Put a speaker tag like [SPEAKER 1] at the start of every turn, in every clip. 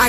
[SPEAKER 1] A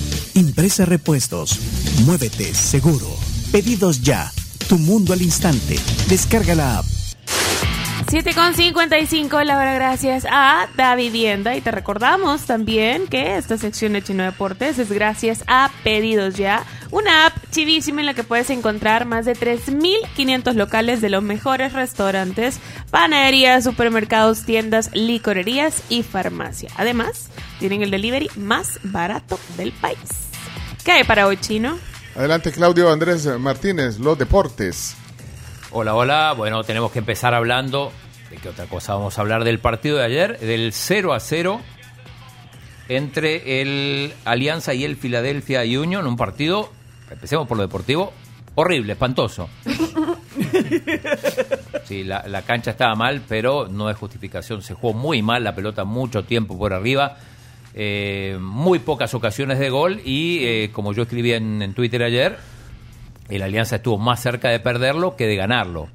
[SPEAKER 2] Impresa Repuestos, Muévete Seguro, Pedidos Ya, Tu Mundo al Instante, descarga la app.
[SPEAKER 3] 7.55 la hora gracias a Da Vivienda y te recordamos también que esta sección de Chino Deportes es gracias a Pedidos Ya, una app chivísima en la que puedes encontrar más de 3.500 locales de los mejores restaurantes, panaderías, supermercados, tiendas, licorerías y farmacia. Además, tienen el delivery más barato del país. ¿Qué hay para hoy, Chino?
[SPEAKER 4] Adelante Claudio Andrés Martínez, los deportes.
[SPEAKER 5] Hola, hola. Bueno, tenemos que empezar hablando de qué otra cosa vamos a hablar del partido de ayer, del 0 a 0 entre el Alianza y el Philadelphia Union, un partido, empecemos por lo deportivo, horrible, espantoso. Sí, la, la cancha estaba mal, pero no es justificación, se jugó muy mal, la pelota mucho tiempo por arriba, eh, muy pocas ocasiones de gol y eh, como yo escribí en- en Twitter ayer, el Alianza estuvo más cerca de perderlo que de ganarlo.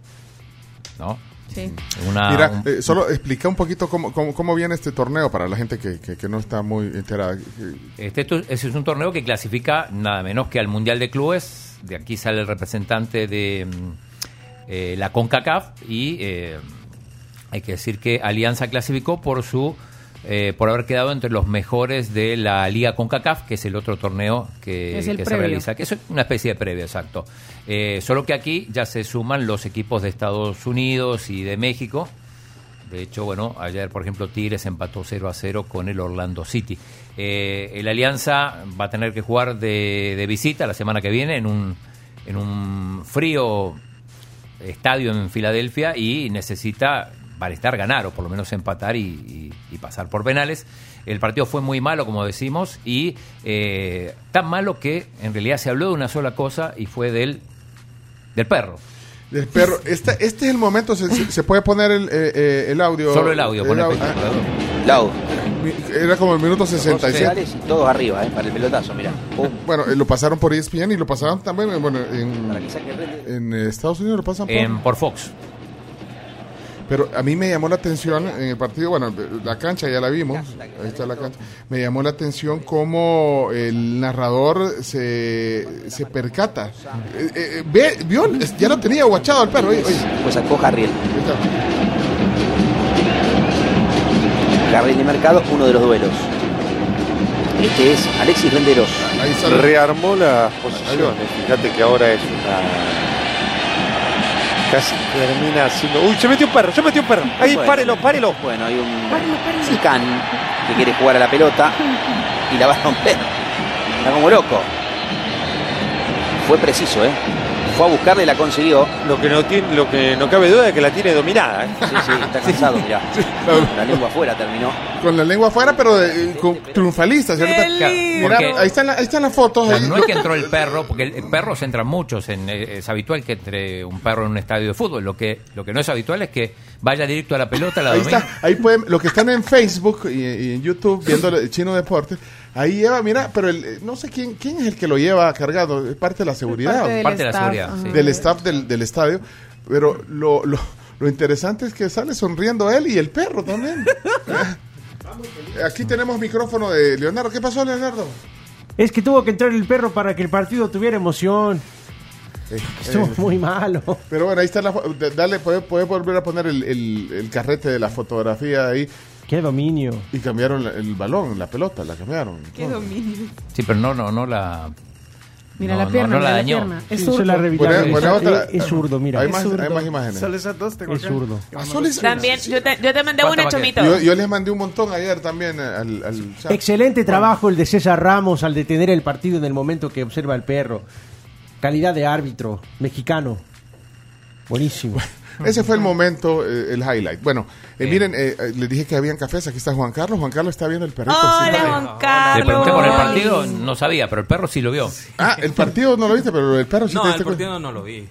[SPEAKER 5] ¿No?
[SPEAKER 3] Sí.
[SPEAKER 5] Una,
[SPEAKER 4] Mira,
[SPEAKER 5] Ah, un-
[SPEAKER 4] eh, solo explica un poquito cómo, cómo, cómo viene este torneo para la gente que, que- que no está muy enterada. Eh,
[SPEAKER 5] este, esto- ese es un torneo que clasifica nada menos que al Mundial de Clubes. De aquí sale el representante de mm, eh, la CONCACAF y eh, hay que decir que Alianza clasificó por su eh, por haber quedado entre los mejores de la Liga CONCACAF, que es el otro torneo que,
[SPEAKER 3] Es el
[SPEAKER 5] que se
[SPEAKER 3] previo.
[SPEAKER 5] realiza. que es una especie de previo, exacto. Eh, solo que aquí ya se suman los equipos de Estados Unidos y de México. De hecho, bueno, ayer, por ejemplo, Tigres empató 0 a 0 con el Orlando City. Eh, el Alianza va a tener que jugar de, de visita la semana que viene en un, en un frío estadio en Filadelfia y necesita para estar ganar o por lo menos empatar y, y- y pasar por penales. El partido fue muy malo, como decimos, y eh, tan malo que en realidad se habló de una sola cosa y fue del, del perro.
[SPEAKER 4] Del perro, este, este es el momento, se, se- se puede poner el, eh, eh, el audio.
[SPEAKER 5] Solo el audio, pon el
[SPEAKER 4] au-
[SPEAKER 5] espectaculador.
[SPEAKER 6] Lau,
[SPEAKER 4] ah, mi- era como el minuto
[SPEAKER 6] dos
[SPEAKER 4] 67.
[SPEAKER 6] pedales y todos arriba, eh, para el pelotazo, mira.
[SPEAKER 7] Oh.
[SPEAKER 4] Bueno, eh, lo pasaron por ESPN y lo pasaron también eh, bueno,
[SPEAKER 6] Para que
[SPEAKER 4] en,
[SPEAKER 6] saque el
[SPEAKER 7] Eh,
[SPEAKER 6] rete.
[SPEAKER 4] en Estados Unidos, lo pasan por...
[SPEAKER 5] En- por Fox.
[SPEAKER 4] Pero a mí me llamó la atención en el partido, bueno, la cancha ya la vimos, ahí está la cancha. Me llamó la atención cómo el narrador se, se percata. Eh, eh, ve, vio, ya lo tenía guachado al perro. Oye, oye,
[SPEAKER 6] Pues sacó Jarriel.
[SPEAKER 4] ahí está.
[SPEAKER 6] Jarriel de mercado, uno de los duelos. Este es Alexis Renderos.
[SPEAKER 4] Ahí sale.
[SPEAKER 7] rearmó las posiciones. Fíjate que ahora es una. Casi termina haciendo. Uy, se metió un perro, se metió un perro. Ahí,
[SPEAKER 6] Bueno.
[SPEAKER 7] párelo, párelo.
[SPEAKER 6] Bueno, hay un Sican que quiere jugar a la pelota y la va a romper. Está como loco. Fue preciso, ¿eh? Fue a buscarla y la consiguió.
[SPEAKER 7] Lo que no tiene, lo que no cabe duda es que la tiene dominada. ¿eh?
[SPEAKER 6] Sí, sí, está cansado, mirá. La lengua afuera terminó.
[SPEAKER 4] Con la lengua afuera, pero de- eh, con- triunfalista, ¿cierto?
[SPEAKER 5] Claro,
[SPEAKER 4] Mirá,
[SPEAKER 5] porque-
[SPEAKER 4] ahí, están la- ahí están las fotos.
[SPEAKER 5] Claro,
[SPEAKER 4] ahí.
[SPEAKER 5] no es que entró el perro, porque el- el- perros entran muchos. En, eh, es habitual que entre un perro en un estadio de fútbol. Lo que, lo que no es habitual es que vaya directo a la pelota, la
[SPEAKER 4] Ahí
[SPEAKER 5] domine.
[SPEAKER 4] está, ahí pueden, los que están en Facebook y, y en YouTube viendo el Chino Deportes, ahí lleva, mira, pero el- eh, no sé quién, quién es el que lo lleva cargado, es parte de la seguridad.
[SPEAKER 3] del
[SPEAKER 5] Parte de la
[SPEAKER 3] staff,
[SPEAKER 5] seguridad,
[SPEAKER 3] ajá.
[SPEAKER 5] sí.
[SPEAKER 4] del staff del, del estadio. Pero lo, lo, lo interesante es que sale sonriendo él y el perro también. Eh, Aquí tenemos micrófono de Leonardo. ¿Qué pasó, Leonardo?
[SPEAKER 8] Es que tuvo que entrar el perro para que el partido tuviera emoción.
[SPEAKER 4] Eh,
[SPEAKER 8] Estuvo
[SPEAKER 4] eh,
[SPEAKER 8] muy malo.
[SPEAKER 4] pero bueno, ahí está la fo- da- Dale, puedes volver a poner el, el- el carrete de la fotografía ahí.
[SPEAKER 8] Qué dominio.
[SPEAKER 4] Y cambiaron la- el balón, la pelota, la cambiaron.
[SPEAKER 3] Qué dominio.
[SPEAKER 5] Sí, pero no, no, no la.
[SPEAKER 3] Mira
[SPEAKER 5] no-
[SPEAKER 3] la pierna,
[SPEAKER 5] no- no
[SPEAKER 3] mira
[SPEAKER 5] la
[SPEAKER 3] la,
[SPEAKER 5] dañó.
[SPEAKER 3] pierna. Es
[SPEAKER 8] Sí,
[SPEAKER 3] zurdo.
[SPEAKER 8] se la revi-
[SPEAKER 4] Poné-
[SPEAKER 8] es-
[SPEAKER 4] poné otra-
[SPEAKER 8] es- es zurdo, mira.
[SPEAKER 4] Hay
[SPEAKER 8] Es
[SPEAKER 4] más,
[SPEAKER 8] zurdo.
[SPEAKER 4] hay más imágenes.
[SPEAKER 8] Es zurdo.
[SPEAKER 4] Ah, solo es-
[SPEAKER 3] También, yo te, yo te mandé
[SPEAKER 5] ¿Cuánto
[SPEAKER 3] una,
[SPEAKER 5] va a
[SPEAKER 3] Chomito.
[SPEAKER 4] Yo, yo les mandé un montón ayer también al, al chat.
[SPEAKER 8] Excelente trabajo el de César Ramos al detener el partido en el momento que observa el perro. Calidad de árbitro mexicano.
[SPEAKER 9] Buenísimo.
[SPEAKER 4] Ese fue el momento, eh, el highlight. Bueno, eh, miren, eh, eh, les dije que habían cafés. Aquí está Juan Carlos. Juan Carlos está viendo el perrito.
[SPEAKER 3] Hola,
[SPEAKER 4] sí.
[SPEAKER 3] Juan
[SPEAKER 5] Le pregunté por el partido,
[SPEAKER 3] Carlos.
[SPEAKER 5] no sabía, pero el perro sí lo vio.
[SPEAKER 4] Ah, el partido no lo viste, pero el perro sí te
[SPEAKER 9] No, el
[SPEAKER 4] diste cuenta.
[SPEAKER 9] partido no lo vi.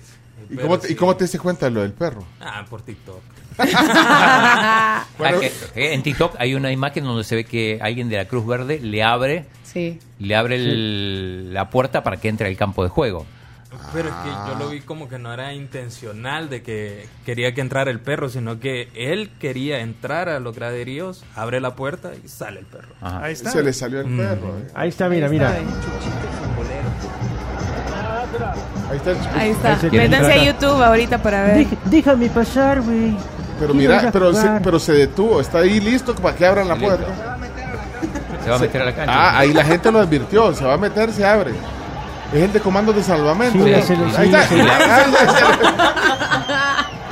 [SPEAKER 4] ¿Y cómo, te, y cómo te diste cuenta de lo del perro?
[SPEAKER 9] Ah, por TikTok.
[SPEAKER 4] Bueno,
[SPEAKER 5] Ah, que- que en TikTok hay una imagen donde se ve que alguien de la Cruz Verde le abre,
[SPEAKER 10] Sí.
[SPEAKER 5] le abre el- la puerta para que entre al campo de juego.
[SPEAKER 9] Pero es que yo lo vi como que no era intencional de que quería que entrara el perro, sino que él quería entrar a los graderíos, abre la puerta y sale el perro.
[SPEAKER 5] Ajá.
[SPEAKER 8] Ahí está.
[SPEAKER 4] se le salió
[SPEAKER 9] Mm.
[SPEAKER 4] el perro. eh.
[SPEAKER 8] Ahí está, mira, mira.
[SPEAKER 4] Ahí está el chico.
[SPEAKER 3] Ahí está.
[SPEAKER 8] Ese que
[SPEAKER 3] Métanse a
[SPEAKER 8] entra.
[SPEAKER 3] YouTube ahorita para ver.
[SPEAKER 8] Dej- déjame pasar, güey.
[SPEAKER 4] Pero
[SPEAKER 8] Quiero ir
[SPEAKER 4] mira,
[SPEAKER 8] a
[SPEAKER 4] pero se,
[SPEAKER 8] jugar.
[SPEAKER 4] pero se detuvo. Está ahí listo para que abran la
[SPEAKER 5] Listo.
[SPEAKER 4] puerta.
[SPEAKER 5] Se va a meter a la cancha.
[SPEAKER 4] Ah, ahí la gente lo advirtió. Se va a meter, se abre. Es el de comando de salvamento.
[SPEAKER 8] Sí,
[SPEAKER 4] ¿no?
[SPEAKER 8] se le-
[SPEAKER 4] ahí
[SPEAKER 8] sí,
[SPEAKER 4] está. Ah,
[SPEAKER 8] se le-
[SPEAKER 4] Ahí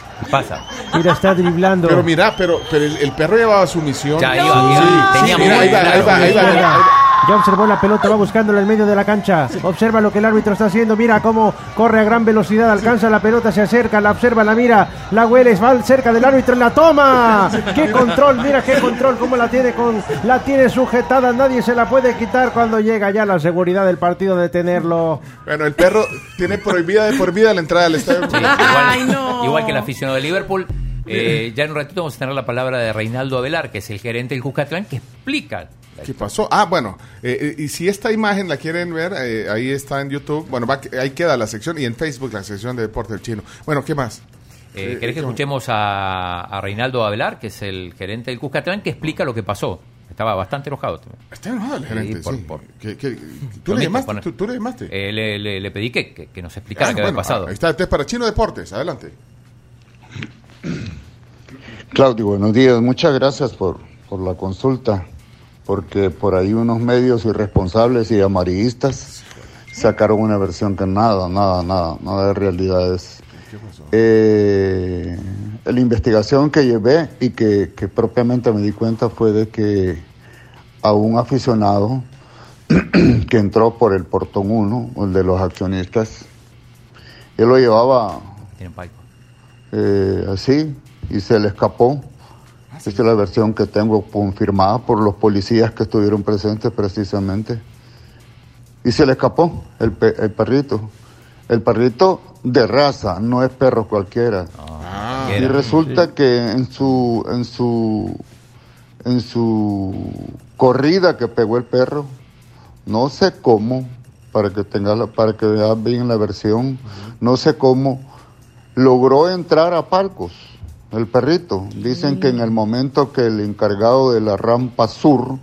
[SPEAKER 4] está.
[SPEAKER 5] Pasa.
[SPEAKER 8] Mira, está driblando.
[SPEAKER 4] Pero mira, pero, pero el, el perro llevaba su misión.
[SPEAKER 5] Ya
[SPEAKER 4] Sí,
[SPEAKER 5] iba, mira,
[SPEAKER 4] sí,
[SPEAKER 5] tenía
[SPEAKER 4] mira,
[SPEAKER 5] muy
[SPEAKER 4] ahí va, ahí
[SPEAKER 5] claro.
[SPEAKER 4] va, ahí va, ahí va.
[SPEAKER 8] Ya observó la pelota, va buscándola en medio de la cancha. Observa lo que el árbitro está haciendo. Mira cómo corre a gran velocidad, alcanza la pelota, se acerca, la observa, la mira. La hueles, va cerca del árbitro, la toma. ¡Qué control! Mira qué control, cómo la tiene con, la tiene sujetada. Nadie se la puede quitar cuando llega ya la seguridad del partido de tenerlo.
[SPEAKER 4] Bueno, el perro tiene prohibida de por vida la entrada al estadio.
[SPEAKER 5] Sí, igual,
[SPEAKER 10] Ay, no.
[SPEAKER 5] igual que el aficionado de Liverpool. eh, ya en un ratito vamos a tener la palabra de Reinaldo Avelar, que es el gerente del Cuscatlán, que explica.
[SPEAKER 4] ¿Qué pasó? Ah, bueno, eh, eh, y si esta imagen la quieren ver, eh, ahí está en YouTube. Bueno, va- ahí queda la sección y en Facebook la sección de deporte del chino. Bueno, ¿qué más?
[SPEAKER 5] Eh,
[SPEAKER 4] Eh,
[SPEAKER 5] ¿Querés que
[SPEAKER 4] ¿cómo?
[SPEAKER 5] escuchemos a, a Reinaldo Avelar, que es el gerente del Cuscatlán, que explica lo que pasó? Estaba bastante enojado.
[SPEAKER 4] Está enojado el
[SPEAKER 5] Sí,
[SPEAKER 4] gerente.
[SPEAKER 5] por-
[SPEAKER 4] sí.
[SPEAKER 5] por-
[SPEAKER 4] ¿Qué- qué- ¿Tú,
[SPEAKER 5] Lo
[SPEAKER 4] le
[SPEAKER 5] mismo,
[SPEAKER 4] llamaste?
[SPEAKER 5] pone-
[SPEAKER 4] ¿Tú, tú le llamaste?
[SPEAKER 5] Eh, le, le- le pedí que, que- que nos explicara
[SPEAKER 4] Ah,
[SPEAKER 5] qué había
[SPEAKER 4] bueno,
[SPEAKER 5] pasado.
[SPEAKER 4] Ahí está, entonces para Chino Deportes, adelante.
[SPEAKER 11] Claudio, buenos días. Muchas gracias por, por la consulta, porque por ahí unos medios irresponsables y amarillistas sacaron una versión que nada, nada, nada, nada de realidades. Eh, la investigación que llevé y que, que propiamente me di cuenta fue de que a un aficionado que entró por el portón 1, el de los accionistas, él lo llevaba
[SPEAKER 5] Tienen palco.
[SPEAKER 11] eh, así y se le escapó.
[SPEAKER 4] Ah,
[SPEAKER 11] Esta es la versión que tengo confirmada por los policías que estuvieron presentes precisamente. Y se le escapó el, pe- el perrito. El perrito de raza, no es perro cualquiera.
[SPEAKER 5] Que
[SPEAKER 11] Y
[SPEAKER 5] Ah, era-
[SPEAKER 11] resulta que en su, en su, en su corrida que pegó el perro, no sé cómo, para que tenga la- para que vean bien la versión, no sé cómo, logró entrar a Palcos, el perrito. Dicen que en el momento que el encargado de la rampa sur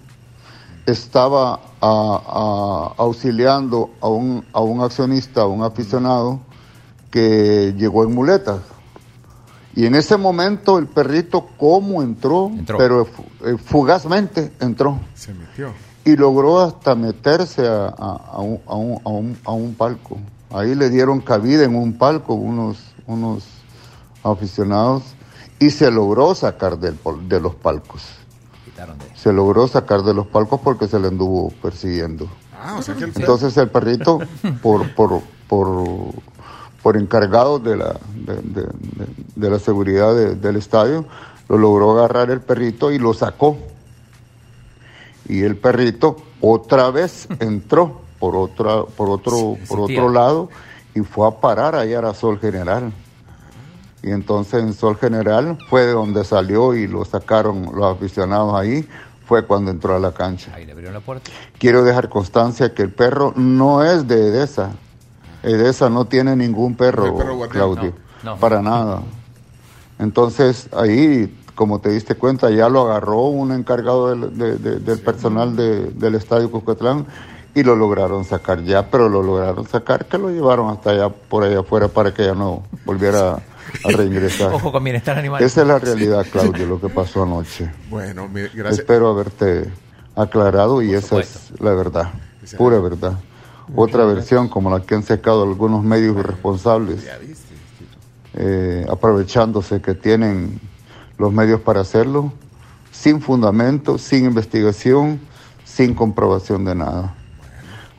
[SPEAKER 11] estaba a- a- auxiliando a un, a un accionista, a un aficionado, que llegó en muletas. Y en ese momento el perrito, ¿cómo entró?
[SPEAKER 5] Entró.
[SPEAKER 11] Pero fu- eh, fugazmente entró
[SPEAKER 4] Se metió.
[SPEAKER 11] y logró hasta meterse a, a- a un, a un- a un- a un palco. Ahí le dieron cabida en un palco unos, unos aficionados y se logró sacar del pol- de los palcos.
[SPEAKER 5] quitaron de-
[SPEAKER 11] Se logró sacar de los palcos porque se le anduvo persiguiendo.
[SPEAKER 4] Ah, o sea que el perro.
[SPEAKER 11] Entonces el perrito, por, por, por, por encargado de la, de, de- de- de la seguridad de- del estadio, lo logró agarrar el perrito y lo sacó. Y el perrito otra vez entró por, otra, por, otro,
[SPEAKER 5] Sí,
[SPEAKER 11] por
[SPEAKER 5] existía.
[SPEAKER 11] otro lado y fue a parar allá a Sol General. Y entonces en Sol General fue de donde salió y lo sacaron los aficionados ahí, fue cuando entró a la cancha.
[SPEAKER 5] Ahí le abrieron la puerta.
[SPEAKER 11] Quiero dejar constancia que el perro no es de Edesa. Edesa no tiene ningún perro,
[SPEAKER 4] El perro guardián,
[SPEAKER 11] Claudio.
[SPEAKER 5] no, no.
[SPEAKER 11] Para nada. Entonces, ahí, como te diste cuenta, ya lo agarró un encargado del, de- de- del personal de- del Estadio Cuscatlán y lo lograron sacar ya, pero lo lograron sacar que lo llevaron hasta allá, por allá afuera, para que ya no volviera a reingresar.
[SPEAKER 5] Ojo con bienestar animal.
[SPEAKER 4] Este-
[SPEAKER 11] Esa es la realidad, Claudio, lo que pasó anoche.
[SPEAKER 4] Bueno, mire, gracias.
[SPEAKER 11] Espero haberte aclarado y esa es la verdad, pura verdad. Otra versión como la que han sacado algunos medios irresponsables, eh, aprovechándose que tienen los medios para hacerlo, sin fundamento, sin investigación, sin comprobación de nada.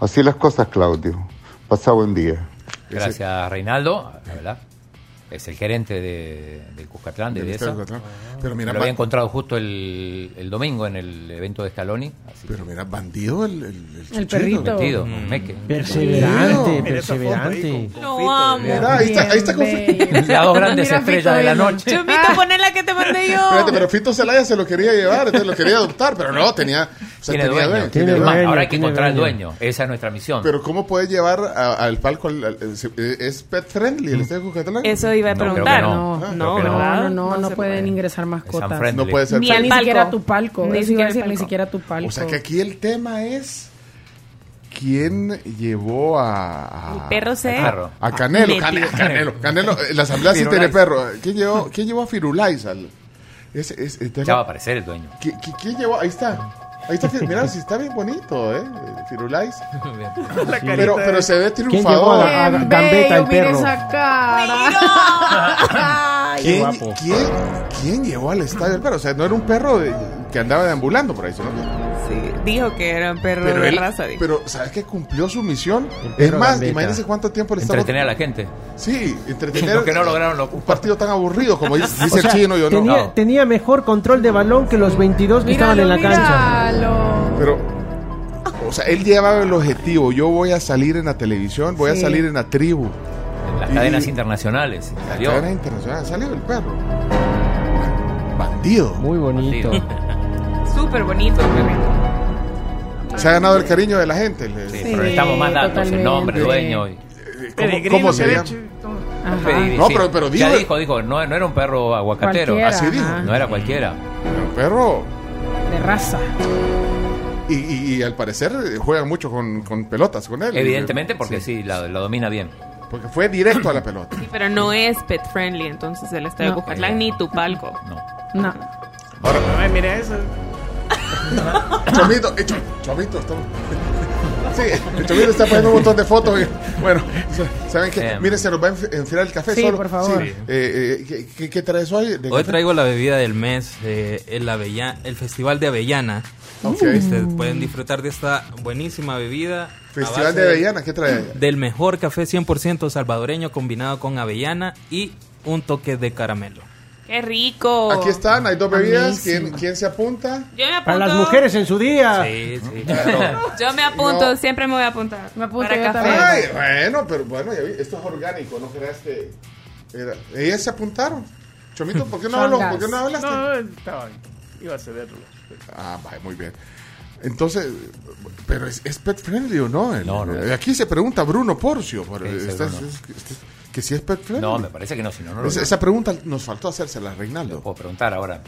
[SPEAKER 11] Así las cosas, Claudio. Pasa buen día.
[SPEAKER 5] Gracias, Reinaldo. La verdad. Es el gerente de, del Cuscatlán, de
[SPEAKER 4] Del
[SPEAKER 5] Edesa.
[SPEAKER 4] Estadio Cuscatlán. Pero mira,
[SPEAKER 5] lo había
[SPEAKER 4] Ban-
[SPEAKER 5] encontrado justo el, el domingo en el evento de Scaloni. así
[SPEAKER 4] Pero mira, bandido el, el, el
[SPEAKER 5] que-
[SPEAKER 4] chuchito.
[SPEAKER 5] Metido,
[SPEAKER 4] Mm.
[SPEAKER 5] meque.
[SPEAKER 8] Perseverante,
[SPEAKER 4] Mira esa foto ahí
[SPEAKER 8] perseverante.
[SPEAKER 3] Lo amo.
[SPEAKER 4] Mira, Ah, ahí está, ahí está con Fito.
[SPEAKER 5] Las dos grandes
[SPEAKER 3] Mira,
[SPEAKER 5] estrellas
[SPEAKER 4] eh.
[SPEAKER 5] de la noche.
[SPEAKER 3] Chomito, poné la que te mandé yo.
[SPEAKER 4] Espérate, pero Fito Zelaya se lo quería llevar, entonces lo quería adoptar, pero no, tenía. o sea,
[SPEAKER 5] Tiene
[SPEAKER 4] tenía
[SPEAKER 5] dueño.
[SPEAKER 4] dueño,
[SPEAKER 8] Tiene
[SPEAKER 4] tenía
[SPEAKER 5] Es más,
[SPEAKER 8] dueño,
[SPEAKER 5] ahora hay que
[SPEAKER 8] tiene
[SPEAKER 5] encontrar al
[SPEAKER 8] dueño.
[SPEAKER 5] dueño. Esa es nuestra misión.
[SPEAKER 4] Pero ¿cómo puede llevar a- al palco? al- al- se- es pet friendly el Estadio Cucatlán.
[SPEAKER 3] Eso iba a
[SPEAKER 5] No, creo
[SPEAKER 3] preguntar.
[SPEAKER 5] que
[SPEAKER 3] no,
[SPEAKER 5] no.
[SPEAKER 3] no,
[SPEAKER 5] No, creo que no.
[SPEAKER 3] ¿verdad?
[SPEAKER 10] No, no, no
[SPEAKER 3] se
[SPEAKER 10] pueden
[SPEAKER 3] puede.
[SPEAKER 10] ingresar mascotas.
[SPEAKER 5] friendly.
[SPEAKER 4] no puede ser.
[SPEAKER 10] Ni
[SPEAKER 3] Ni al
[SPEAKER 4] friendly.
[SPEAKER 3] palco.
[SPEAKER 10] siquiera tu palco.
[SPEAKER 3] Ni
[SPEAKER 10] Eso
[SPEAKER 3] siquiera
[SPEAKER 10] iba a
[SPEAKER 3] el
[SPEAKER 10] decir, ni
[SPEAKER 3] palco.
[SPEAKER 10] siquiera tu palco.
[SPEAKER 4] O sea que aquí el tema es quién llevó a, a-
[SPEAKER 3] El perro se.
[SPEAKER 5] Al perro.
[SPEAKER 4] a Canelo,
[SPEAKER 3] Metido.
[SPEAKER 4] Cane- Canelo, Canelo, eh, la asamblea sí
[SPEAKER 5] Firulais.
[SPEAKER 4] tiene perro. ¿Quién llevó, quién llevó a Firulais al ese- ese- este-
[SPEAKER 5] Ya va a aparecer el dueño.
[SPEAKER 4] ¿Qui- qui- quién llevó? Ahí está. Ahí está, Fir- mira, sí está bien bonito, ¿eh? Firulais. Pero, pero se ve
[SPEAKER 8] ¿Quién llevó
[SPEAKER 4] triunfador.
[SPEAKER 8] a, a
[SPEAKER 10] Qué
[SPEAKER 8] Gambetta el
[SPEAKER 10] bello, mira
[SPEAKER 8] perro?
[SPEAKER 10] esa cara.
[SPEAKER 8] Qué
[SPEAKER 4] ¿Quién,
[SPEAKER 8] guapo.
[SPEAKER 4] quién, quién llevó al estadio el perro? O sea, no era un perro de- que andaba deambulando por ahí, sino que-
[SPEAKER 3] Sí, dijo que era un perro
[SPEAKER 4] Pero,
[SPEAKER 3] de
[SPEAKER 4] él-
[SPEAKER 3] raza. dijo.
[SPEAKER 4] pero ¿sabes que cumplió su misión?
[SPEAKER 8] El
[SPEAKER 4] Es
[SPEAKER 8] perro
[SPEAKER 4] más,
[SPEAKER 8] Gambetta.
[SPEAKER 4] imagínense cuánto tiempo le estaba...
[SPEAKER 5] Entretener a la gente.
[SPEAKER 4] Sí, entretener...
[SPEAKER 5] Los que no lograron lo-
[SPEAKER 4] Un partido tan aburrido como dice, dice
[SPEAKER 8] O sea,
[SPEAKER 4] el chino, yo no.
[SPEAKER 8] tenía,
[SPEAKER 4] No.
[SPEAKER 8] tenía mejor control de balón que los 22 que estaban en la cancha.
[SPEAKER 10] míralo.
[SPEAKER 4] Pero, o sea, él llevaba el objetivo. Yo voy a salir en la televisión, voy a
[SPEAKER 10] Sí.
[SPEAKER 4] salir en la tribu.
[SPEAKER 5] En las
[SPEAKER 4] Y-
[SPEAKER 5] cadenas internacionales.
[SPEAKER 4] La
[SPEAKER 5] Salió.
[SPEAKER 4] cadena internacional. Salió el perro. Bandido.
[SPEAKER 8] Muy bonito.
[SPEAKER 5] Partido.
[SPEAKER 3] Súper bonito el perrito.
[SPEAKER 4] Se ha ganado el cariño de la gente. Le-
[SPEAKER 5] Sí,
[SPEAKER 4] Eh,
[SPEAKER 5] pero necesitamos más datos, el
[SPEAKER 10] totalmente.
[SPEAKER 5] nombre, el dueño. y-
[SPEAKER 4] ¿cómo- ¿Cómo se llama?
[SPEAKER 10] Ajá.
[SPEAKER 5] Pedí-
[SPEAKER 4] No,
[SPEAKER 5] sí.
[SPEAKER 4] pero- pero
[SPEAKER 5] Ya
[SPEAKER 4] dijo-
[SPEAKER 5] dijo, dijo, no, no era un perro aguacatero.
[SPEAKER 10] Cualquiera,
[SPEAKER 4] así dijo.
[SPEAKER 10] ajá.
[SPEAKER 5] No era cualquiera.
[SPEAKER 4] Pero perro.
[SPEAKER 10] De raza.
[SPEAKER 4] Y, y- y al parecer eh, juegan mucho con, con pelotas con él.
[SPEAKER 5] Evidentemente, porque sí, la, la domina bien.
[SPEAKER 4] Porque fue directo a la pelota.
[SPEAKER 3] Sí, pero no es pet friendly, entonces el estadio
[SPEAKER 10] No.
[SPEAKER 3] Cucatlán ni tu palco.
[SPEAKER 5] No.
[SPEAKER 10] No.
[SPEAKER 4] Ahora,
[SPEAKER 9] mira eso.
[SPEAKER 4] Chomito, eh, Cho- Chomito, estamos. Sí, el Chomito está poniendo un montón de fotos. y, bueno, so- ¿saben qué?
[SPEAKER 5] Em.
[SPEAKER 4] Miren, se nos va a enf- enfriar el café
[SPEAKER 10] Sí,
[SPEAKER 4] solo.
[SPEAKER 10] por favor.
[SPEAKER 4] Eh, eh, ¿qué- qué, qué traes hoy? ¿De
[SPEAKER 9] Hoy
[SPEAKER 4] café?
[SPEAKER 9] traigo la bebida del mes, eh, el, avella- el Festival de Avellana.
[SPEAKER 4] Ok.
[SPEAKER 9] Ustedes
[SPEAKER 10] Mm.
[SPEAKER 9] pueden disfrutar de esta buenísima bebida. a
[SPEAKER 4] Festival
[SPEAKER 9] base
[SPEAKER 4] de Avellana, ¿qué trae?
[SPEAKER 9] Del mejor café 100% salvadoreño combinado con avellana y un toque de caramelo.
[SPEAKER 3] ¡Qué
[SPEAKER 10] Oh.
[SPEAKER 3] rico!
[SPEAKER 4] Aquí están, hay dos bebidas.
[SPEAKER 10] Amazing.
[SPEAKER 4] ¿Quién, quién se apunta? Ah,
[SPEAKER 3] Yo me apunto.
[SPEAKER 8] Para las mujeres en su día.
[SPEAKER 9] Sí, sí.
[SPEAKER 3] Yo me apunto,
[SPEAKER 4] No.
[SPEAKER 3] siempre me voy a apuntar.
[SPEAKER 10] Me apunto
[SPEAKER 3] Para
[SPEAKER 10] yo
[SPEAKER 3] café.
[SPEAKER 10] también.
[SPEAKER 4] Ay, bueno, pero bueno, ya vi, esto es orgánico, no creas que. era- Ellas se apuntaron. Chomito, ¿por qué no, hablo, ¿por qué no hablaste?
[SPEAKER 12] iba a cederlo.
[SPEAKER 4] Ah, vale, muy bien. Entonces, pero es, es pet friendly o no? El-
[SPEAKER 5] No, no
[SPEAKER 4] el-
[SPEAKER 5] es.
[SPEAKER 4] Aquí se pregunta Bruno Porcio. por-
[SPEAKER 5] Sí,
[SPEAKER 4] está-
[SPEAKER 5] seguro.
[SPEAKER 4] es- es- que si es pet friendly.
[SPEAKER 5] No, me parece Oh. que no, si no, no lo
[SPEAKER 4] Es- esa pregunta nos faltó hacérsela a Reinaldo.
[SPEAKER 5] puedo preguntar ahora.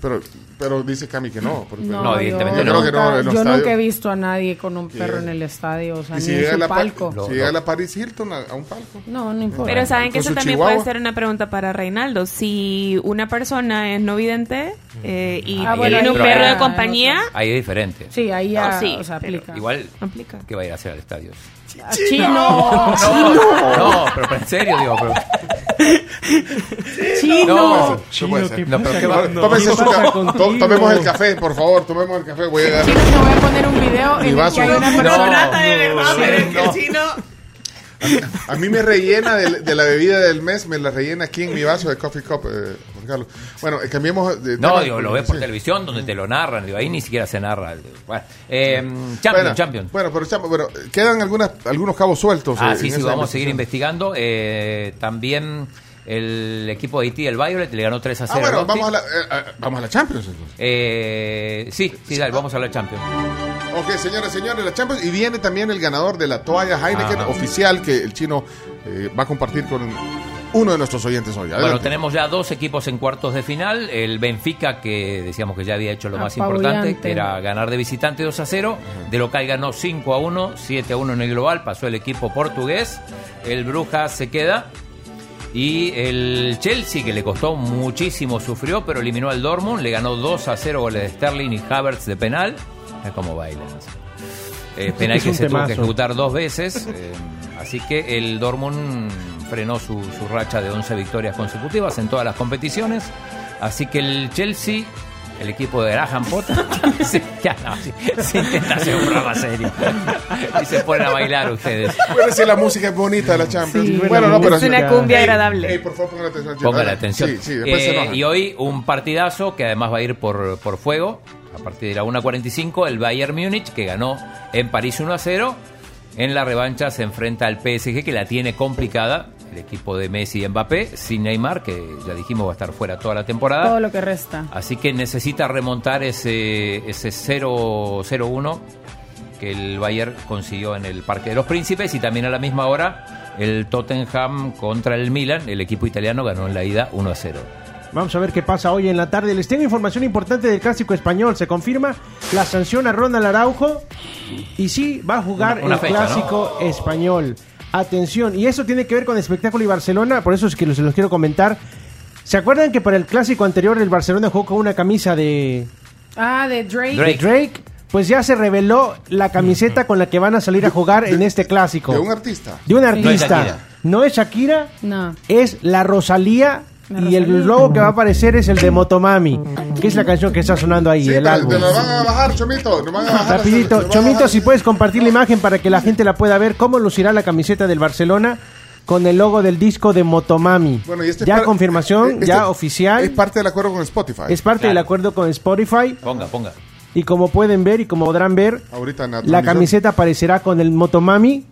[SPEAKER 4] Pero, pero dice Cami que no. porque-
[SPEAKER 10] No,
[SPEAKER 5] No,
[SPEAKER 10] yo-
[SPEAKER 5] evidentemente
[SPEAKER 10] yo
[SPEAKER 5] no.
[SPEAKER 10] nunca-
[SPEAKER 4] Yo creo que no, en los
[SPEAKER 10] yo nunca he
[SPEAKER 4] estadios.
[SPEAKER 10] visto a nadie con un perro
[SPEAKER 4] Sí.
[SPEAKER 10] en el estadio, o sea,
[SPEAKER 4] Y si
[SPEAKER 10] ni en
[SPEAKER 4] llega,
[SPEAKER 10] su
[SPEAKER 4] la, pa-
[SPEAKER 10] palco.
[SPEAKER 5] No.
[SPEAKER 4] si llega la Paris Hilton a, a un palco.
[SPEAKER 10] No, no importa.
[SPEAKER 3] Pero saben que
[SPEAKER 4] Con
[SPEAKER 3] eso
[SPEAKER 4] su
[SPEAKER 3] también
[SPEAKER 4] chihuahua.
[SPEAKER 3] puede ser una pregunta para Reinaldo. Si una persona es no vidente eh, y
[SPEAKER 10] Ah,
[SPEAKER 5] bueno,
[SPEAKER 3] tiene un
[SPEAKER 5] ahí
[SPEAKER 3] perro
[SPEAKER 5] ya-
[SPEAKER 3] de compañía,
[SPEAKER 5] Ahí es diferente.
[SPEAKER 10] Sí, ahí Ah, ya
[SPEAKER 3] No, sí,
[SPEAKER 10] o sea,
[SPEAKER 3] pero
[SPEAKER 10] aplica.
[SPEAKER 5] Igual,
[SPEAKER 3] aplica.
[SPEAKER 5] ¿qué va a ir a hacer al estadio?
[SPEAKER 10] Ah, Chino,
[SPEAKER 5] No, pero en serio, digo. Pero,
[SPEAKER 10] chino.
[SPEAKER 5] no,
[SPEAKER 4] No puede ser.
[SPEAKER 5] no, pero ¿qué va?
[SPEAKER 4] Tó- tómese su ca- tó- Tomemos el café, por favor. Tomemos el café. Voy a dar-
[SPEAKER 10] Chino, te voy a poner un video
[SPEAKER 4] Mi
[SPEAKER 10] en el
[SPEAKER 4] vaso.
[SPEAKER 10] que hay una
[SPEAKER 5] No.
[SPEAKER 10] persona.
[SPEAKER 3] de verdad, pero es que el chino.
[SPEAKER 4] A mí me rellena de, de la bebida del mes, me la rellena aquí en mi vaso de Coffee Cup, eh, Juan Carlos. Bueno, eh, cambiemos de
[SPEAKER 5] No,
[SPEAKER 4] tema.
[SPEAKER 5] digo, lo ves por
[SPEAKER 4] Sí.
[SPEAKER 5] televisión donde te lo narran. Digo, ahí ni siquiera se narra. Digo, bueno, eh, Champions,
[SPEAKER 4] Bueno,
[SPEAKER 5] Champions.
[SPEAKER 4] Bueno, pero chamo, bueno, quedan algunas, algunos cabos sueltos. eh,
[SPEAKER 5] Ah, sí,
[SPEAKER 4] en
[SPEAKER 5] sí,
[SPEAKER 4] esa
[SPEAKER 5] vamos a seguir
[SPEAKER 4] investigación.
[SPEAKER 5] investigando. Eh, también el equipo de Haití, el Violet, le ganó 3 a 0.
[SPEAKER 4] Ah, bueno,
[SPEAKER 5] al Rotting.
[SPEAKER 4] vamos a, la, eh, eh, vamos a la Champions entonces.
[SPEAKER 5] Eh, sí, sí,
[SPEAKER 4] Ah.
[SPEAKER 5] dale, vamos a la Champions.
[SPEAKER 4] Ok, señores, señores, la Champions. Y viene también el ganador de la toalla Heineken
[SPEAKER 5] Ajá.
[SPEAKER 4] oficial que el chino eh, va a compartir con uno de nuestros oyentes hoy.
[SPEAKER 5] Bueno,
[SPEAKER 4] Adelante.
[SPEAKER 5] tenemos ya dos equipos en cuartos de final. El Benfica, que decíamos que ya había hecho lo más
[SPEAKER 10] Apabullante.
[SPEAKER 5] importante, que era ganar de visitante 2 a 0. De local ganó 5 a 1, 7 a 1 en el global. Pasó el equipo portugués. El Bruja se queda. Y el Chelsea, que le costó muchísimo, sufrió, pero eliminó al Dortmund. Le ganó 2 a 0 goles de Sterling y Havertz de penal. Mira cómo bailan. así. Eh, penal
[SPEAKER 8] Es
[SPEAKER 5] que
[SPEAKER 8] un
[SPEAKER 5] se tuvo que
[SPEAKER 8] temazo.
[SPEAKER 5] ejecutar dos veces. eh, así que el Dortmund frenó su, su racha de 11 victorias consecutivas en todas las competiciones. Así que el Chelsea el equipo de Graham Potter se, ya, no, se- se intenta hacer un programa serio y se ponen a bailar ustedes.
[SPEAKER 4] Bueno, si la música es bonita de la Champions.
[SPEAKER 5] Sí.
[SPEAKER 4] bueno, no, pero
[SPEAKER 5] Es una cumbia agradable.
[SPEAKER 4] Ey, ey, por favor, pongan atención. Gina.
[SPEAKER 5] Pongan atención.
[SPEAKER 4] Sí, sí, después se
[SPEAKER 5] Eh,
[SPEAKER 4] enojan.
[SPEAKER 5] y hoy un partidazo que además va a ir por, por fuego. A partir de la 1.45, el Bayern Múnich que ganó en París 1 a 0. En la revancha se enfrenta al PSG que la tiene complicada. El equipo de Messi y Mbappé, sin Neymar, que ya dijimos va a estar fuera toda la temporada.
[SPEAKER 10] Todo lo que resta.
[SPEAKER 5] Así que necesita remontar ese, ese 0-0-1 que el Bayern consiguió en el Parque de los Príncipes y también a la misma hora el Tottenham contra el Milan, el equipo italiano ganó en la ida 1-0.
[SPEAKER 8] Vamos a ver qué pasa hoy en la tarde. Les tengo información importante del clásico español. Se confirma la sanción a Ronald Araujo y sí va a jugar
[SPEAKER 5] Una- una
[SPEAKER 8] el
[SPEAKER 5] fecha,
[SPEAKER 8] clásico español. Atención, y eso tiene que ver con espectáculo y Barcelona, por eso es que los- se los quiero comentar. ¿Se acuerdan que para el clásico anterior el Barcelona jugó con una camisa de
[SPEAKER 10] Ah, de Drake.
[SPEAKER 8] de Drake? Pues ya se reveló la camiseta con la que van a salir a jugar en este clásico.
[SPEAKER 4] De un artista.
[SPEAKER 8] De un
[SPEAKER 4] No
[SPEAKER 8] artista.
[SPEAKER 4] Shakira.
[SPEAKER 8] No es Shakira,
[SPEAKER 10] No.
[SPEAKER 8] es la Rosalía. Y el logo que va a aparecer es el de Motomami, que es la canción que está sonando ahí, el álbum.
[SPEAKER 4] Te la van a bajar, Chomito. No van a bajar.
[SPEAKER 8] Rapidito, Chomito, si puedes compartir la imagen para que la gente la pueda ver, cómo lucirá la camiseta del Barcelona con el logo del disco de Motomami.
[SPEAKER 4] Bueno, y este
[SPEAKER 8] ya
[SPEAKER 4] par-
[SPEAKER 8] confirmación,
[SPEAKER 4] este
[SPEAKER 8] ya oficial.
[SPEAKER 4] Es parte del acuerdo con Spotify.
[SPEAKER 8] Es parte del acuerdo con Spotify.
[SPEAKER 5] Ponga, ponga.
[SPEAKER 8] Y como pueden ver y como podrán ver,
[SPEAKER 4] Ahorita en
[SPEAKER 8] la
[SPEAKER 4] transmisión.
[SPEAKER 8] camiseta aparecerá con el Motomami,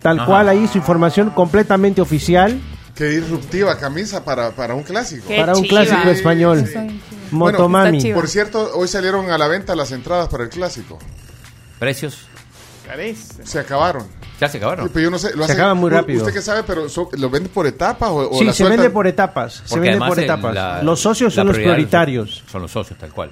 [SPEAKER 8] tal
[SPEAKER 4] Ajá.
[SPEAKER 8] cual ahí su información completamente oficial.
[SPEAKER 4] Qué disruptiva camisa para, para un clásico.
[SPEAKER 8] Qué Para un chiva. clásico español.
[SPEAKER 4] Sí, sí.
[SPEAKER 8] Motomami.
[SPEAKER 4] Bueno,
[SPEAKER 8] Está chiva.
[SPEAKER 4] por cierto, hoy salieron a la venta las entradas para el clásico.
[SPEAKER 5] Precios.
[SPEAKER 4] Se acabaron.
[SPEAKER 5] Ya se acabaron.
[SPEAKER 4] Sí, pero yo no sé, lo
[SPEAKER 8] Se
[SPEAKER 4] hacen-
[SPEAKER 8] acaban muy
[SPEAKER 4] u-
[SPEAKER 8] rápido.
[SPEAKER 4] ¿Usted qué sabe? Pero so- ¿Lo venden por etapas o, o
[SPEAKER 8] Sí,
[SPEAKER 4] la
[SPEAKER 8] se
[SPEAKER 4] sueltan?
[SPEAKER 8] vende por etapas. Se
[SPEAKER 5] Porque
[SPEAKER 8] vende
[SPEAKER 5] además
[SPEAKER 8] por
[SPEAKER 5] el-
[SPEAKER 8] etapas.
[SPEAKER 5] la-
[SPEAKER 8] los socios
[SPEAKER 5] la
[SPEAKER 8] son los
[SPEAKER 5] prioridad
[SPEAKER 8] prioritarios.
[SPEAKER 5] Son los socios, tal cual.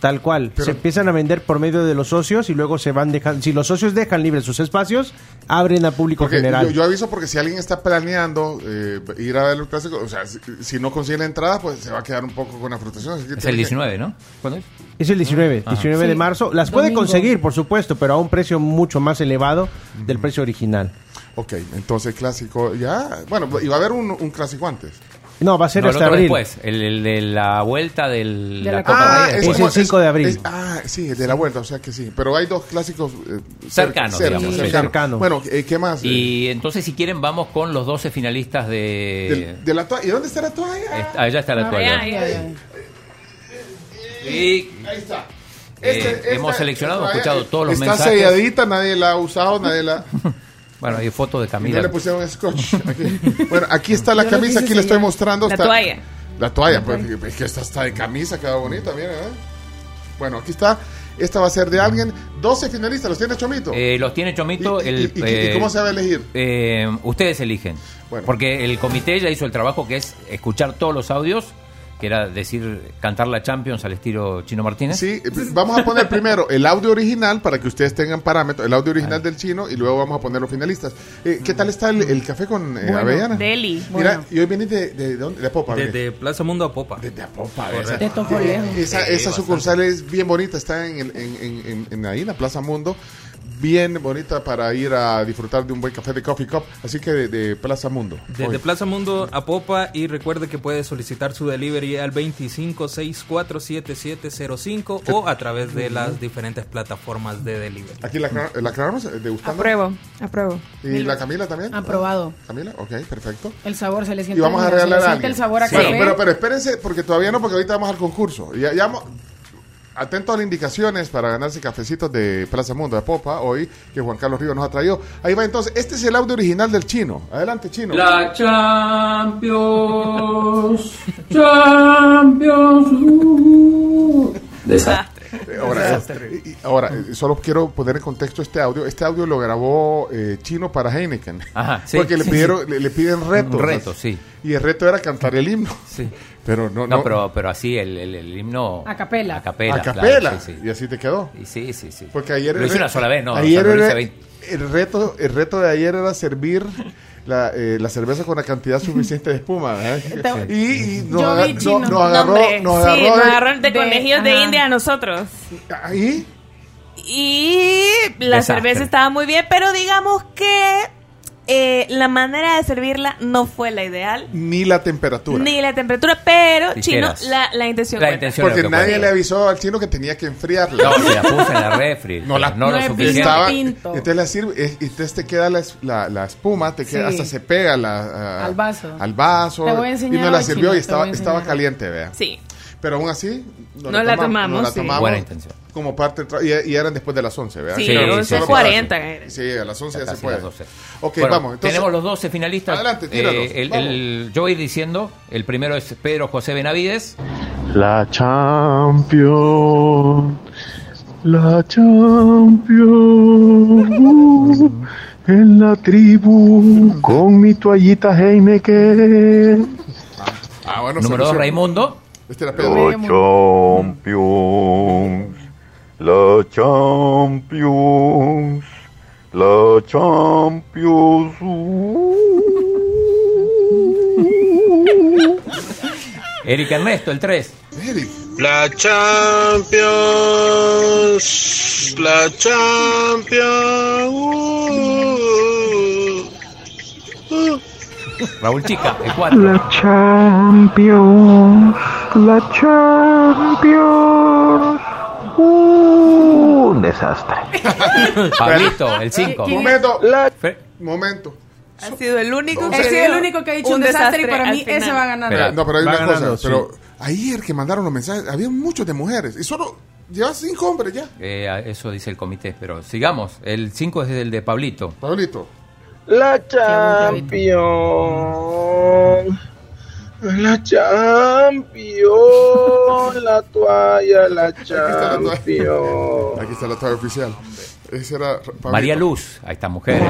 [SPEAKER 8] Tal cual. se empiezan a vender por medio de los socios y luego se van dejando. Si los socios dejan libres sus espacios, abren a público
[SPEAKER 4] Porque
[SPEAKER 8] general.
[SPEAKER 4] Yo, yo aviso porque si alguien está planeando eh, ir a ver el clásico, o sea, si, si no consigue la entrada, pues se va a quedar un poco con la frustración. Así que
[SPEAKER 5] Es
[SPEAKER 4] tiene
[SPEAKER 5] el
[SPEAKER 4] que-
[SPEAKER 5] 19, ¿no? ¿Cuándo es?
[SPEAKER 8] Es el 19,
[SPEAKER 5] Ajá.
[SPEAKER 8] 19 de
[SPEAKER 5] Sí,
[SPEAKER 8] marzo. Las puede
[SPEAKER 5] domingo.
[SPEAKER 8] conseguir, por supuesto, pero a un precio mucho más elevado del precio original.
[SPEAKER 4] Ok, entonces clásico ya. Bueno, pues, iba a haber un, un clásico antes.
[SPEAKER 8] No, va a ser
[SPEAKER 5] No, el
[SPEAKER 8] hasta
[SPEAKER 5] otro
[SPEAKER 8] abril.
[SPEAKER 5] después, el, el de la vuelta del,
[SPEAKER 8] De la
[SPEAKER 5] Copa
[SPEAKER 8] Copa.
[SPEAKER 5] Rey
[SPEAKER 8] Ah, Es
[SPEAKER 5] después.
[SPEAKER 8] el 5 de abril.
[SPEAKER 4] Ah, es- ah, sí, el de la vuelta, o sea que sí. Pero hay dos clásicos eh, cer-
[SPEAKER 5] Cercanos,
[SPEAKER 4] cerca,
[SPEAKER 5] digamos.
[SPEAKER 4] cercanos. Bueno, eh, ¿qué más?
[SPEAKER 5] Y entonces, si quieren, vamos con los 12 finalistas de...
[SPEAKER 4] de la toalla. ¿Y dónde está la toalla?
[SPEAKER 5] Est- Allá está
[SPEAKER 10] Ah,
[SPEAKER 5] la toalla. Y
[SPEAKER 4] Ahí está. Este,
[SPEAKER 5] Eh, hemos seleccionado, hemos escuchado todos los
[SPEAKER 4] está
[SPEAKER 5] mensajes. Ah,
[SPEAKER 4] Está selladita, nadie la ha usado, nadie la.
[SPEAKER 5] Bueno, hay fotos de
[SPEAKER 4] Y no
[SPEAKER 5] Camila.
[SPEAKER 4] le pusieron scotch. Aquí. Bueno, aquí está la
[SPEAKER 5] Yo les
[SPEAKER 4] camisa,
[SPEAKER 5] hice
[SPEAKER 4] aquí la estoy
[SPEAKER 5] señal.
[SPEAKER 4] mostrando.
[SPEAKER 5] La
[SPEAKER 4] está-
[SPEAKER 5] toalla.
[SPEAKER 4] La toalla, pues, es que esta está de camisa, queda bonita, mira, ¿eh? Bueno, aquí está. Esta va a ser de alguien. 12 finalistas, ¿los tiene Chomito?
[SPEAKER 5] Eh, los tiene Chomito.
[SPEAKER 4] ¿Y- y-
[SPEAKER 5] el,
[SPEAKER 4] y- y cómo se va a elegir?
[SPEAKER 5] eh, ustedes eligen. Porque el comité ya hizo el trabajo que es escuchar todos los audios, que era decir, cantar la Champions al estilo Chino Martínez.
[SPEAKER 4] Sí, eh, vamos a poner primero el audio original para que ustedes tengan parámetros, el audio original del chino y luego vamos a poner los finalistas. Eh, ¿Qué tal está el, el café con eh,
[SPEAKER 9] Bueno,
[SPEAKER 4] avellana?
[SPEAKER 3] Deli.
[SPEAKER 4] Mira,
[SPEAKER 3] Bueno.
[SPEAKER 4] y hoy vienes de, de, dónde? De Popa.
[SPEAKER 9] Desde Plaza Mundo a Popa. Desde
[SPEAKER 4] a Popa,
[SPEAKER 9] ¿verdad?
[SPEAKER 4] Esa- Eh, Esa, esa sucursal es bien bonita, está en, el- en- en- en- en ahí, en la Plaza Mundo. Bien bonita para ir a disfrutar de un buen café de Coffee Cup. Así que de, de Plaza Mundo.
[SPEAKER 9] Desde
[SPEAKER 4] Hoy.
[SPEAKER 9] Plaza Mundo a Popa y recuerde que puede solicitar su delivery al 25647705 o a través de las diferentes plataformas de delivery.
[SPEAKER 4] Aquí la, aclar- la aclaramos, eh, degustando.
[SPEAKER 10] Apruebo, apruebo.
[SPEAKER 4] ¿Y la Camila también? Ah,
[SPEAKER 10] Aprobado.
[SPEAKER 4] Camila, ok, perfecto.
[SPEAKER 10] El sabor se le siente.
[SPEAKER 4] Y vamos a
[SPEAKER 10] se le
[SPEAKER 4] regalar a
[SPEAKER 10] siente
[SPEAKER 4] alguien.
[SPEAKER 10] el sabor a
[SPEAKER 4] Bueno,
[SPEAKER 10] café.
[SPEAKER 4] pero, pero espérense, porque todavía no, porque ahorita vamos al concurso. Ya, ya vamos- atento a las indicaciones para ganarse cafecitos de Plaza Mundo de Popa hoy, que Juan Carlos Río nos ha traído. Ahí va entonces, este es el audio original del chino. Adelante, chino.
[SPEAKER 13] La Champions, Champions. uh.
[SPEAKER 4] Eh, Ahora, eh, y- ahora, eh, solo quiero poner en contexto este audio. Este audio lo grabó eh, Chino para Heineken.
[SPEAKER 5] Ajá, sí,
[SPEAKER 4] Porque le,
[SPEAKER 5] sí,
[SPEAKER 4] pidieron,
[SPEAKER 5] sí.
[SPEAKER 4] Le, le piden retos.
[SPEAKER 5] Un reto, sí.
[SPEAKER 4] Y el reto era cantar el himno. Pero no,
[SPEAKER 5] No,
[SPEAKER 4] no.
[SPEAKER 5] pero, pero así el, el- el himno.
[SPEAKER 10] A capela.
[SPEAKER 5] A capela.
[SPEAKER 4] A capela.
[SPEAKER 5] Y
[SPEAKER 4] así te quedó.
[SPEAKER 5] sí, sí, sí.
[SPEAKER 4] Porque ayer
[SPEAKER 5] Lo hice una sola vez, ¿no?
[SPEAKER 4] Ayer
[SPEAKER 5] O sea, lo
[SPEAKER 4] era-
[SPEAKER 5] hice 20.
[SPEAKER 4] el, reto, el reto de ayer era servir la, eh, la cerveza con la cantidad suficiente de espuma. ¿verdad?
[SPEAKER 3] Te-
[SPEAKER 4] Y, y nos,
[SPEAKER 3] Yo
[SPEAKER 4] aga-
[SPEAKER 3] vi,
[SPEAKER 4] no-
[SPEAKER 3] Chino.
[SPEAKER 4] nos agarró.
[SPEAKER 3] Nombre.
[SPEAKER 4] nos
[SPEAKER 3] sí,
[SPEAKER 4] agarró
[SPEAKER 3] nos
[SPEAKER 4] de-
[SPEAKER 3] agarró de,
[SPEAKER 10] de-
[SPEAKER 3] conejillos de
[SPEAKER 10] ajá.
[SPEAKER 3] India a nosotros.
[SPEAKER 4] ¿Y?
[SPEAKER 3] Y la
[SPEAKER 4] Desastre.
[SPEAKER 3] cerveza estaba muy bien, pero digamos que eh, la manera de servirla no fue la ideal.
[SPEAKER 4] Ni la temperatura.
[SPEAKER 3] Ni la temperatura, pero
[SPEAKER 5] Tijeras.
[SPEAKER 3] chino, Ah, la, la intención.
[SPEAKER 5] La
[SPEAKER 3] cuenta.
[SPEAKER 5] intención
[SPEAKER 4] Porque
[SPEAKER 5] era lo que
[SPEAKER 4] nadie
[SPEAKER 5] ponía.
[SPEAKER 4] le avisó al chino que tenía que enfriarla.
[SPEAKER 5] No, se la puso en la refri.
[SPEAKER 4] No la
[SPEAKER 5] no lo
[SPEAKER 4] Estaba-
[SPEAKER 5] suficiente.
[SPEAKER 4] entonces la sirve, eh, entonces te queda la, es- la- la espuma, te queda,
[SPEAKER 10] Sí.
[SPEAKER 4] hasta se pega la, a-
[SPEAKER 10] Al vaso.
[SPEAKER 4] al vaso,
[SPEAKER 10] Te voy a enseñar
[SPEAKER 4] y no la
[SPEAKER 10] hoy,
[SPEAKER 4] sirvió
[SPEAKER 10] Chino,
[SPEAKER 4] y
[SPEAKER 10] te
[SPEAKER 4] estaba,
[SPEAKER 10] voy a
[SPEAKER 4] estaba
[SPEAKER 10] enseñar.
[SPEAKER 4] caliente, vea.
[SPEAKER 3] Sí.
[SPEAKER 4] Pero aún así, no,
[SPEAKER 3] No la tomamos,
[SPEAKER 4] no la
[SPEAKER 3] sí.
[SPEAKER 4] tomamos
[SPEAKER 5] Buena intención.
[SPEAKER 4] Como parte, tra- y, y eran después de las 11, ¿verdad?
[SPEAKER 5] Sí,
[SPEAKER 4] Claro,
[SPEAKER 5] once
[SPEAKER 4] solo para eso.
[SPEAKER 3] cuarenta era.
[SPEAKER 4] Sí, a las 11 ya, se
[SPEAKER 5] casi
[SPEAKER 4] puede.
[SPEAKER 5] las 12.
[SPEAKER 4] Ok,
[SPEAKER 5] Bueno,
[SPEAKER 4] vamos. Entonces,
[SPEAKER 5] tenemos los 12 finalistas.
[SPEAKER 4] Adelante,
[SPEAKER 5] Eh,
[SPEAKER 4] tíralos.
[SPEAKER 5] el-
[SPEAKER 4] vamos.
[SPEAKER 5] el- yo voy a ir diciendo, el primero es Pedro José Benavides.
[SPEAKER 14] La Champion. La Champion. uh, en la tribu. Con mi toallita Heineken.
[SPEAKER 4] Ah, bueno,
[SPEAKER 5] número 2,
[SPEAKER 4] solución.
[SPEAKER 5] Raimundo.
[SPEAKER 4] Este era Pedro.
[SPEAKER 15] La Champions, la Champions, la Champions.
[SPEAKER 5] Eric Ernesto, el 3.
[SPEAKER 16] La Champions, la Champions. Uh, uh, uh.
[SPEAKER 5] Raúl Chica, el 4.
[SPEAKER 13] La Champions, la Champions. Uh, un desastre.
[SPEAKER 5] Pablito, el 5.
[SPEAKER 4] Momento. Momento.
[SPEAKER 3] Ha sido el único
[SPEAKER 10] He sido el único que ha dicho un, desastre, y para mí
[SPEAKER 3] al
[SPEAKER 10] ese
[SPEAKER 3] final.
[SPEAKER 10] va ganando.
[SPEAKER 4] Pero- Eh, no, pero hay
[SPEAKER 8] Va
[SPEAKER 4] una
[SPEAKER 8] ganando,
[SPEAKER 4] cosa.
[SPEAKER 8] sí.
[SPEAKER 4] Pero ayer que mandaron los mensajes, había muchos de mujeres. Y solo llevas cinco hombres ya.
[SPEAKER 5] Eh, a- eso dice el comité, pero sigamos. El 5 es el de Pablito.
[SPEAKER 4] Pablito.
[SPEAKER 16] La Champions, la Champions, la toalla, la Champions.
[SPEAKER 4] Aquí está la tabla oficial. Ese era Pablito.
[SPEAKER 5] María Luz, ahí está, mujer.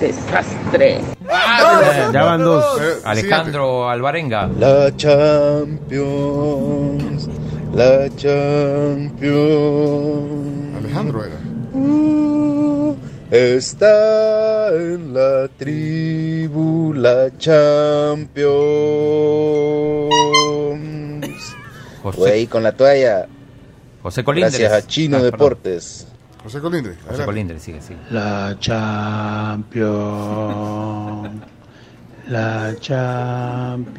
[SPEAKER 16] Desastre.
[SPEAKER 5] Ya van dos.
[SPEAKER 16] Eh,
[SPEAKER 5] Alejandro Alvarenga.
[SPEAKER 15] La Champions, la Champions.
[SPEAKER 4] Alejandro era.
[SPEAKER 15] Está en la tribu la Champions.
[SPEAKER 5] José.
[SPEAKER 15] Fue ahí con la toalla.
[SPEAKER 5] José Colindres.
[SPEAKER 15] Gracias a Chino
[SPEAKER 5] Ah, perdón.
[SPEAKER 15] Deportes.
[SPEAKER 4] José Colindre.
[SPEAKER 5] José Colindres, sigue, sigue.
[SPEAKER 14] La Champions. La Champions.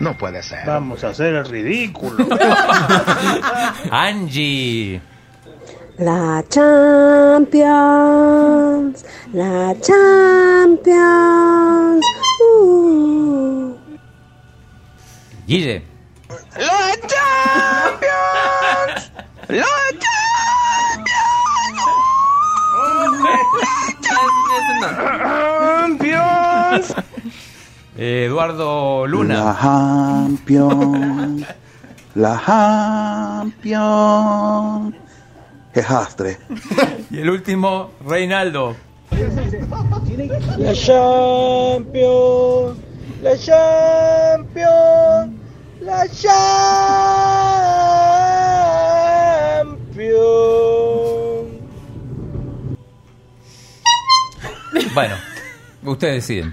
[SPEAKER 17] No puede ser.
[SPEAKER 14] Vamos a hacer el ridículo.
[SPEAKER 5] Angie.
[SPEAKER 18] La Champions, la Champions. Uh.
[SPEAKER 5] Guille.
[SPEAKER 16] La Champions. La Champions.
[SPEAKER 5] Eh, Eduardo Luna.
[SPEAKER 19] La Champion. la Champion. Desastre.
[SPEAKER 5] Y el último, Reinaldo.
[SPEAKER 16] La Champions. La Champions. La Champions.
[SPEAKER 5] Bueno, ustedes deciden.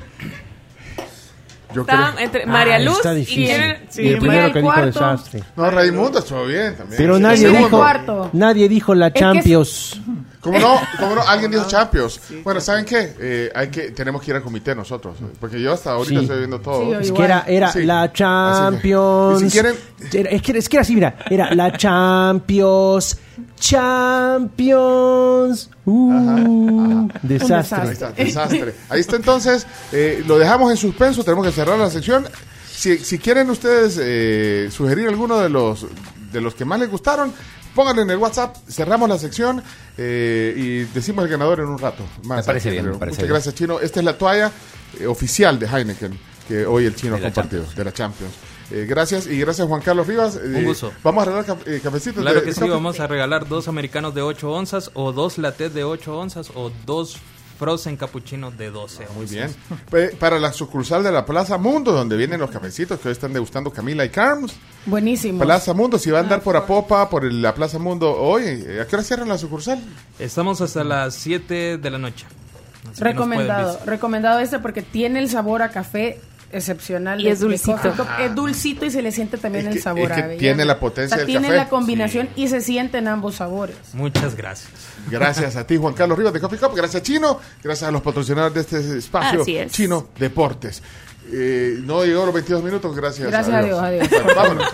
[SPEAKER 3] Estaban entre María Luz y el,
[SPEAKER 8] Ah, Y el primero que dijo desastre.
[SPEAKER 4] No, Raimundo estuvo bien también.
[SPEAKER 8] Pero
[SPEAKER 4] Sí,
[SPEAKER 8] nadie
[SPEAKER 4] segundo.
[SPEAKER 8] dijo, nadie dijo la
[SPEAKER 4] que
[SPEAKER 8] Champions.
[SPEAKER 4] ¿Cómo no? ¿Cómo no? Alguien
[SPEAKER 8] Ah,
[SPEAKER 4] dijo Champions. Bueno, ¿saben qué? Eh, hay que, tenemos que ir al comité nosotros. eh, Porque yo hasta ahorita
[SPEAKER 8] Sí.
[SPEAKER 4] estoy viendo todo.
[SPEAKER 8] es que era, era
[SPEAKER 4] Sí.
[SPEAKER 8] la Champions.
[SPEAKER 4] Y si quieren-
[SPEAKER 8] Era- es, que, es que era así, mira. Era la Champions. Champions. Uh,
[SPEAKER 4] Ahí
[SPEAKER 8] Desastre.
[SPEAKER 4] está, desastre. Ahí está entonces, eh, lo dejamos en suspenso, tenemos que cerrar la sección. Si, si quieren ustedes eh, sugerir alguno de los, de los que más les gustaron, pónganlo en el WhatsApp, cerramos la sección eh, y decimos el ganador en un rato. Más
[SPEAKER 5] Me parece bien, me parece
[SPEAKER 4] Muchas
[SPEAKER 5] bien.
[SPEAKER 4] gracias, Chino. Esta es la toalla eh, oficial de Heineken, que hoy el Chino ha compartido, de la Champions. Eh, gracias y gracias Juan Carlos Rivas. Eh,
[SPEAKER 9] Un gusto.
[SPEAKER 4] Vamos a regalar caf- eh, cafecitos.
[SPEAKER 9] Claro
[SPEAKER 4] de-
[SPEAKER 9] que sí,
[SPEAKER 4] café.
[SPEAKER 9] vamos a regalar dos americanos de 8 onzas o dos latés de 8 onzas o dos frozen capuchinos de 12 onzas.
[SPEAKER 4] Ah, Muy bien. Pe- Para la sucursal de la Plaza Mundo, donde vienen los cafecitos que hoy están degustando Camila y Carms.
[SPEAKER 10] Buenísimo.
[SPEAKER 4] Plaza Mundo, si va a andar por Apopa, por el- la Plaza Mundo hoy, eh, ¿a qué hora cierran la sucursal?
[SPEAKER 9] Estamos hasta las 7 de la noche. Así que nos pueden
[SPEAKER 10] Recomendado,
[SPEAKER 9] visitar.
[SPEAKER 10] recomendado este porque tiene el sabor a café excepcional.
[SPEAKER 3] Y
[SPEAKER 10] de-
[SPEAKER 3] es
[SPEAKER 10] de
[SPEAKER 3] dulcito.
[SPEAKER 10] coffee cup. Es dulcito y se le siente también el sabor
[SPEAKER 4] es que
[SPEAKER 10] a avellana.
[SPEAKER 4] tiene la potencia
[SPEAKER 10] O sea,
[SPEAKER 4] del
[SPEAKER 10] Tiene
[SPEAKER 4] café.
[SPEAKER 10] la combinación y se sienten ambos sabores.
[SPEAKER 4] Muchas gracias. Gracias a ti, Juan Carlos Rivas de Coffee Cup. Gracias, Chino. Gracias a los patrocinadores de este espacio,
[SPEAKER 10] Así es.
[SPEAKER 4] Chino Deportes. Eh, no llegó a los 22 minutos. Gracias,
[SPEAKER 1] Gracias a Dios, adiós.
[SPEAKER 4] Bueno, vámonos.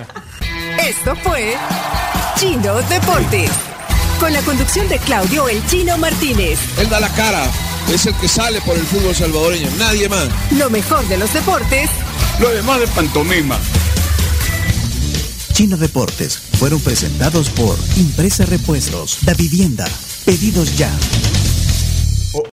[SPEAKER 1] Esto fue Chino Deportes. Con la conducción de Claudio El Chino Martínez.
[SPEAKER 17] Él da la cara, es el que sale por el fútbol salvadoreño, nadie más.
[SPEAKER 1] Lo mejor de los deportes.
[SPEAKER 17] Lo demás de pantomima.
[SPEAKER 2] Chino Deportes fueron presentados por Impresa Repuestos, Da Vivienda, Pedidos Ya,